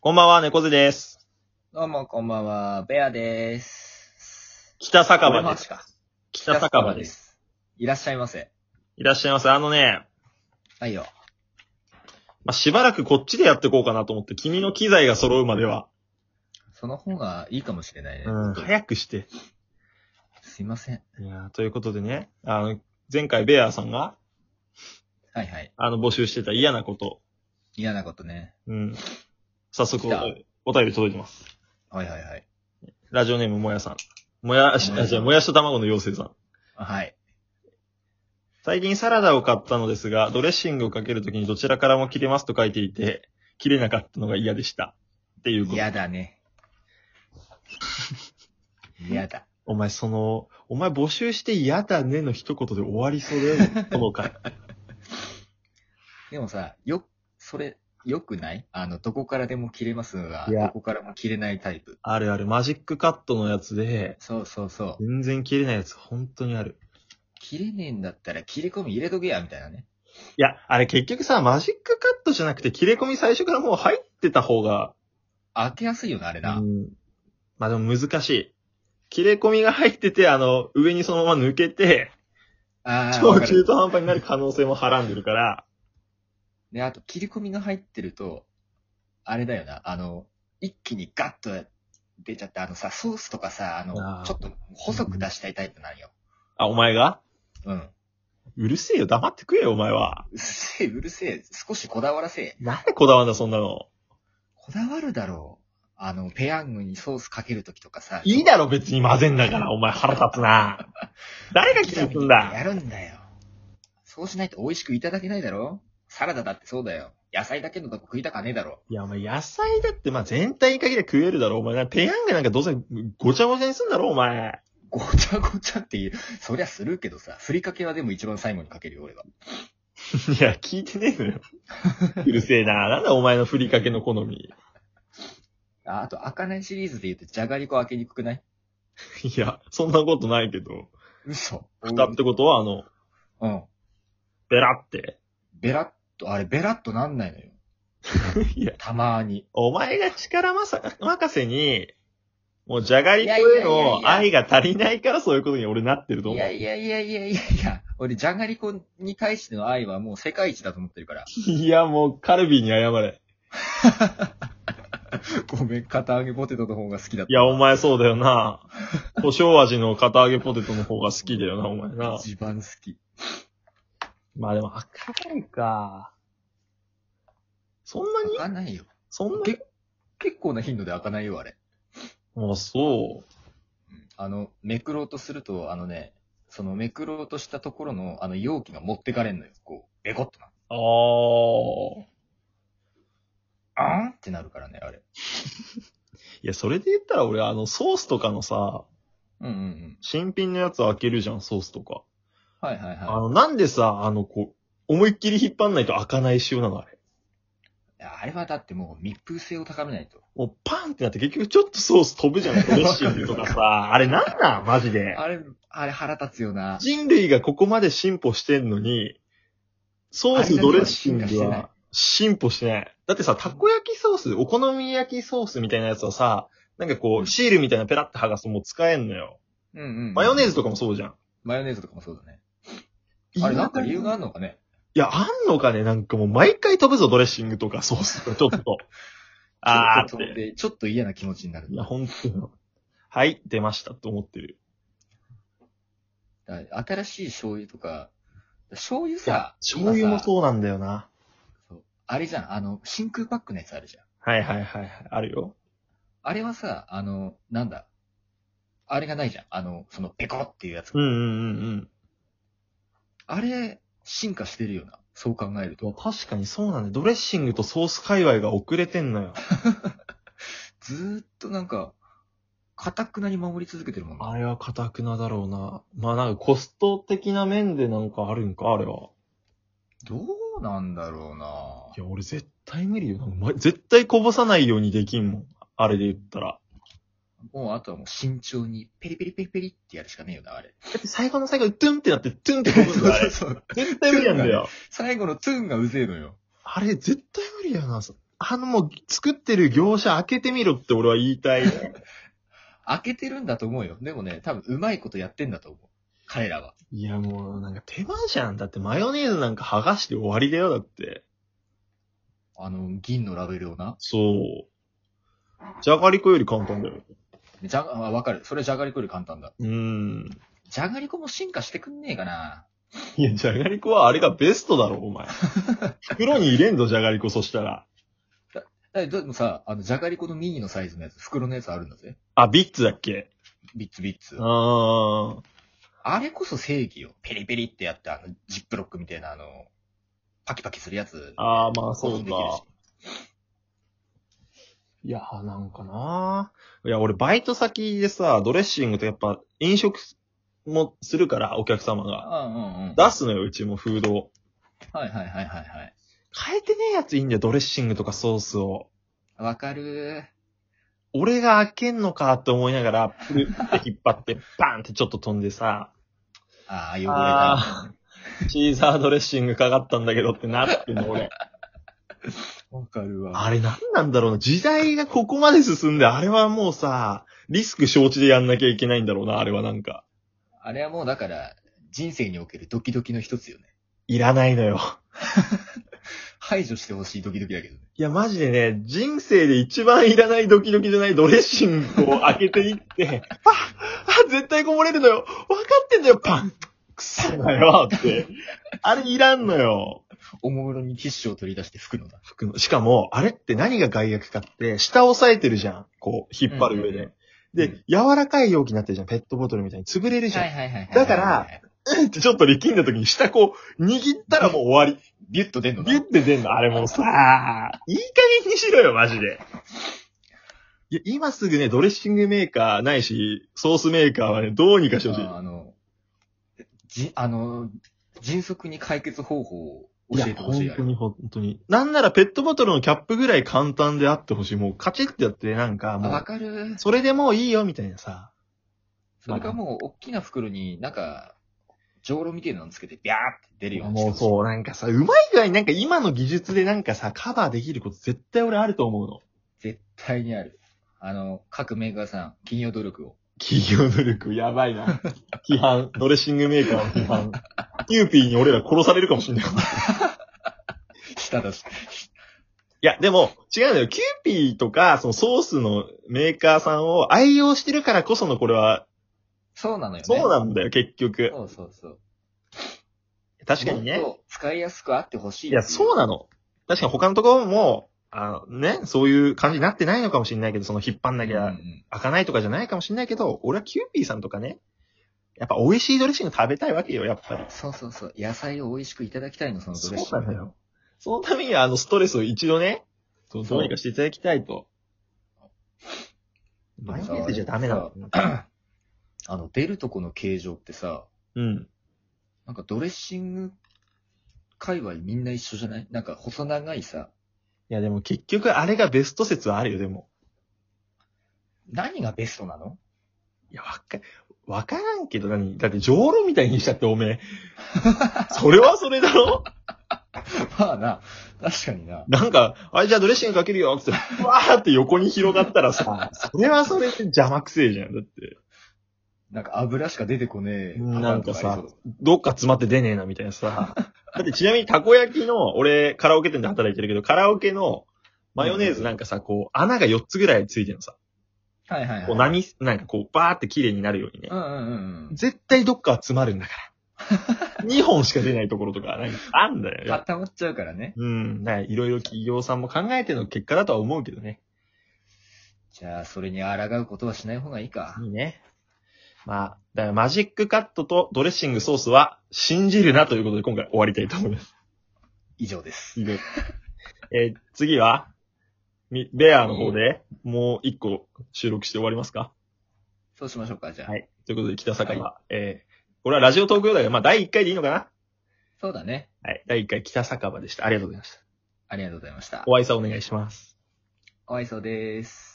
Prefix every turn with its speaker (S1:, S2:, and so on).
S1: こんばんは、猫背です。
S2: どうもこんばんは、ベアです。
S1: 北酒場
S2: ま
S1: です。
S2: か。
S1: 北酒場です。
S2: す。いらっしゃいませ。
S1: いらっしゃいます。あのね、
S2: はいよ。
S1: まあ、しばらくこっちでやっていこうかなと思って、君の機材が揃うまでは。
S2: その方がいいかもしれないね。
S1: うん、早くして。
S2: すいません。
S1: いやーということでね、あの、前回ベアーさんが、
S2: はいはい。
S1: あの、募集してた嫌なこと。
S2: 嫌なことね。
S1: うん。早速
S2: 来た
S1: お、お便り届いてます。
S2: はいはいはい。
S1: ラジオネームもやさん。もやし、
S2: もやさん
S1: あ、じゃあもやしと卵の妖精さん。
S2: あはい。
S1: 最近サラダを買ったのですが、ドレッシングをかけるときにどちらからも切れますと書いていて、切れなかったのが嫌でした。っていうこと。
S2: 嫌だね。嫌だ。
S1: お前その、お前募集して嫌だねの一言で終わりそうだ よ、この回。
S2: でもさ、よ、それ、良くないあの、どこからでも切れますが、
S1: いや
S2: どこからも切れないタイプ。
S1: あるある、マジックカットのやつで、
S2: そうそうそう。
S1: 全然切れないやつ、本当にある。
S2: 切れねえんだったら切れ込み入れとけや、みたいなね。
S1: いや、あれ結局さ、マジックカットじゃなくて、切れ込み最初からもう入ってた方が、
S2: 開けやすいよな、あれ
S1: う
S2: な。
S1: ん、まあでも難しい。切れ込みが入ってて、あの、上にそのまま抜けて、
S2: ああ、
S1: 超
S2: わかる
S1: 中途半端になる可能性もはらんでるから、
S2: で、あと、切り込みが入ってると、あれだよな、あの、一気にガッと出ちゃって、あのさ、ソースとかさ、あの、
S1: あー
S2: ちょっと細く出したいタイプなんよ。
S1: あ、お前が
S2: うん。
S1: うるせえよ、黙ってくれよ、お前は。
S2: うるせえ、うるせえ、少しこだわらせえ。
S1: なんでこだわんだ、そんなの。
S2: こだわるだろう。あの、ペヤングにソースかけるときとかさ。
S1: いいだろ別に混ぜんだから、お前腹立つ な。誰が気づくんだ
S2: やるんだよ。そうしないと美味しくいただけないだろサラダだってそうだよ。野菜だけのとこ食いたかねえだろ。
S1: いや、お前野菜だって、まあ、全体に限りは食えるだろ、お前な。ペヤングなんかどうせごちゃごちゃにすんだろ、お 前。
S2: ごちゃごちゃっていう。そりゃするけどさ、ふりかけはでも一番最後にかけるよ、俺は。
S1: いや、聞いてねえ のよ。うるせえな。なんだお前のふりかけの好み。
S2: ああと、あかねシリーズで言うと、じゃがりこ開けにくくない
S1: いや、そんなことないけど。
S2: 嘘。
S1: 蓋ってことは、あの、
S2: うん。
S1: ベラって。
S2: ベラッと、あれ、ベラッとなんないのよ。
S1: いや、
S2: たまーに。
S1: お前が力まさ、任せに、もうじゃがりこへ
S2: いやいやいやい
S1: の
S2: や
S1: 愛が足りないからそういうことに俺なってると
S2: い
S1: 思う。
S2: やいやいやいやいやいや、俺、じゃがりこに対しての愛はもう世界一だと思ってるから。
S1: いや、もうカルビーに謝れ。
S2: ごめん、片揚げポテトの方が好きだった。
S1: いや、お前そうだよな。胡椒味の片揚げポテトの方が好きだよな、お前な。
S2: 一番好き。
S1: まあでも、赤貝か。そんなに
S2: 開かないよ。
S1: そんなに
S2: け結構な頻度で開かないよ、あれ。
S1: もうそう。
S2: うんあの、めくろうとすると、あのね、そのめくろうとしたところの、あの、容器が持ってかれんのよ。こう、ベコッとな。
S1: あー。
S2: あんってなるからね、あれ。
S1: いや、それで言ったら俺、あの、ソースとかのさ、
S2: うんうんうん。
S1: 新品のやつ開けるじゃん、ソースとか。
S2: はいはいは
S1: あ
S2: い。
S1: の、なんでさ、あの、こう、思いっきり引っ張んないと開かない仕様なの、あれ。
S2: いやあれはだってもう密封性を高めないと。
S1: もうパンってなって結局ちょっとソース飛ぶじゃん、ドレッシングとかさ。 あれなんなんマジで。
S2: あれ、あれ腹立つよな。
S1: 人類がここまで進歩してんのに、ソース、ドレッシングは進歩してない。だってさ、たこ焼きソース、お好み焼きソースみたいなやつはさ、なんかこう、シールみたいなペラッて剥がすともう使えんのよ。
S2: うんうん。
S1: マヨネーズと
S2: か。
S1: かもそうじゃん。
S2: マヨネーズとかもそうだね。あれなんか理由があ
S1: い
S2: るのかね
S1: や、あんのかねなんかもう毎回飛ぶぞ、ドレッシングとかソースとか、ちょっ と。あー
S2: ち
S1: っ
S2: ょっと飛ん
S1: て。
S2: でちょっと嫌な気持ちになる
S1: い。や、ほんとよはい、出ましたと思ってる。
S2: だから新しい醤油とか、醤油
S1: いや
S2: さ、、
S1: 醤油も
S2: 今さ
S1: そうなんだよな。
S2: そうあれじゃん、あの、真空パックのやつあるじゃん。
S1: はいはいはいはい、あるよ。
S2: あれはさ、あの、なんだ。あれがないじゃん。あの、その、ペコっていうやつ。
S1: うんうんうんうん。
S2: あれ、進化してるよな。そう考える
S1: いや
S2: と。
S1: 確かにそうなんだよ。ドレッシングとソース界隈が遅れてんのよ。
S2: ずーっとなんか、かたくなに守り続けてるもんな。
S1: あれは堅くなだろうな。まあなんかコスト的な面でなんかあるんか、あれは。
S2: どうなんだろうない
S1: や、俺絶対無理よ。なんかま絶対こぼさないようにできんもん。あれで言ったら。
S2: もうあとはもう慎重に、ペリペリペリペリってやるしかねえよな、あれ。
S1: だって最後 の最後でトゥンってなって、トゥンってこぼすんだよ、あれ。
S2: そう
S1: 絶対無理なんだよ。
S2: 最後のトゥーンがうぜえのよ。
S1: あれ、絶対無理だよな。そあの、もう、作ってる業者開けてみろって俺は言いた い。
S2: 開けてるんだと思うよ。でもね、多分うまいことやってんだと思う。彼らは。
S1: いや、もう、なんか手間じゃん。だってマヨネーズなんか剥がして終わりだよ、だって。
S2: あの、銀のラベルをな。
S1: そう。じゃがりこより簡単だよ。
S2: じゃ、あわかる。それじゃがりこより簡単だ。
S1: うん。
S2: じゃがりこも進化してくんねえかな。
S1: いや、じゃがりこはあれがベストだろ、お 前。袋に入れんぞ、じゃがりこ、そしたら。
S2: え、でもさ、あの、じゃがりこのミニのサイズのやつ、袋のやつあるんだぜ。
S1: あ、ビッツだっけ
S2: ビッツビッツ。
S1: ああ。
S2: あれこそ正義よ。ペリペリってやって、あの、ジップロックみたいな、あの、パキパキするやつ。
S1: ああ、まあ、そ
S2: 保
S1: う
S2: 存できる
S1: か
S2: し。。
S1: いや、なんかないや、俺、バイト先でさ、ドレッシングとやっぱ、飲食もするから、お客様が。
S2: ああ、うんうん。
S1: 出すのよ、うちもフードを。
S2: はいはいはいはいはい。
S1: 変えてねえやついいんだよ、ドレッシングとかソースを。
S2: わかる
S1: 俺が開けんのかって思いながら、プルって引っ張って、バーンってちょっと飛んでさ、
S2: ー。ああ、汚れ
S1: あ
S2: た。
S1: シーザードレッシングかかったんだけどってなって んの、俺。
S2: わかるわ。
S1: あれなんなんだろうな。時代がここまで進んで、あれはもうさ、リスク承知でやんなきゃいけないんだろうな、あれはなんか。
S2: あれはもうだから、人生におけるドキドキの一つよね。
S1: いらないのよ。
S2: 排除してほしいドキドキだけどね。
S1: いや、マジでね、人生で一番いらないドキドキじゃないドレッシングを開けてい って、ああ絶対こぼれるのよわかってんだよ、パンくそだよって。あれいらんのよ。
S2: おもむろにティッシュを取り出して拭くのだ。
S1: 服のしかも、あれって何が害悪かって、下押さえてるじゃん。こう、引っ張る上
S2: うんうん
S1: で。
S2: う
S1: で
S2: ん、
S1: 柔らかい容器になってるじゃん。ペットボトルみたいに潰れるじゃん。
S2: はいはい
S1: だから、うんってちょっと力んだ時に下こう、握ったらもう終わり。
S2: ビュッと出んの
S1: ビュ
S2: な
S1: って出んのあれもうさ、いい加減にしろよ、マジで。いや、今すぐね、ドレッシングメーカーないし、ソースメーカーはね、どうにかしてほしい。
S2: あの、じ、あの、迅速に解決方法を教えてほしい。
S1: いや本当に本当に。なんならペットボトルのキャップぐらい簡単であってほしい。もうカチッってやって、なんか
S2: あ
S1: も
S2: わ
S1: う、
S2: かる。
S1: それでもういいよ、みたいなさ。
S2: それかもう、大きな袋になんか、じょうろみたいなのつけて、ビャーって出るようにして
S1: もう
S2: ほしい。
S1: そう、なんかさ、うまい具合になんか今の技術でなんかさ、カバーできること絶対俺あると思うの。
S2: 絶対にある。あの、各メーカーさん、企業努力を。
S1: 企業努力、やばいな。 批判、ドレッシングメーカーの批判。キューピーに俺ら殺されるかもしん ない。い
S2: しただし。
S1: や、でも、違うのよ。キューピーとか、そのソースのメーカーさんを愛用してるからこそのこれは、
S2: そうなのよね。
S1: そうなんだよ、結局。
S2: そうそうそう。
S1: 確かにね
S2: も。っと使いやすくあってほしい。
S1: いや、そうなの。確かに他のところも、あのね、そういう感じになってないのかもしれないけど、その引っ張んなき
S2: うん
S1: ゃ
S2: うん
S1: 開かないとかじゃないかもしれないけど、俺はキューピーさんとかね、やっぱ美味しいドレッシング食べたいわけよ、やっぱり。
S2: そうそうそう。野菜を美味しくいただきたいの、そのド
S1: そ
S2: レッシ
S1: う
S2: ン
S1: なの
S2: グ。
S1: よ。そのためには、あの、ストレスを一度ね、どうにかしていただきたいと。マヨネーズじゃダメなの。
S2: あの、出るとこの形状ってさ、
S1: うん。
S2: なんかドレッシング界隈みんな一緒じゃないなんか細長いさ、
S1: いや、でも結局、あれがベスト説はあるよ、でも。
S2: 何がベストなの
S1: いや、わか、わからんけど何だって、じょうろみたいにしちゃって、お めえ。それはそれだろ
S2: まあな、確かにな。
S1: なんか、あれじゃあドレッシングかけるよ、つって、 わーって横に広がったらさ、それはそれで邪魔くせえじゃん、だって。
S2: なんか油しか出てこねえ。
S1: なんかさ
S2: パターンとありそう
S1: どっか詰まって出ねえな、みたいなさ。だってちなみにたこ焼きの、俺、カラオケ店で働いてるけど、カラオケの、マヨネーズなんかさ、こう、穴が4つぐらいついてるのさ。
S2: だはいはいはい。
S1: こう、波、なんかこう、バーって綺麗になるようにね
S2: う。んうんうんうん。
S1: 絶対どっかは詰まるんだ から。2本しか出ないところとか、なんかあんだよ。
S2: 固まっちゃうからね。
S1: うん。なんかいろいろ企業さんも考えての結果だとは思うけどね。
S2: じゃあ、それに抗うことはしない方がいいか。
S1: いいね。まあ、だからマジックカットとドレッシングソースは信じるなということで今回終わりたいと思い ます。
S2: 以上です。
S1: いいね。えー次は、みベアの方で、もう一個収録して終わりますか
S2: そうしましょうか、じゃあ。
S1: い。ということで、北酒場、えーこれはラジオトーク用だが、まあ、第1回でいいのかな
S2: そうだね。
S1: はい。第1回北酒場でした。ありがとうございました。
S2: ありがとうございました。
S1: お会いさお願いします。
S2: お会いそうです。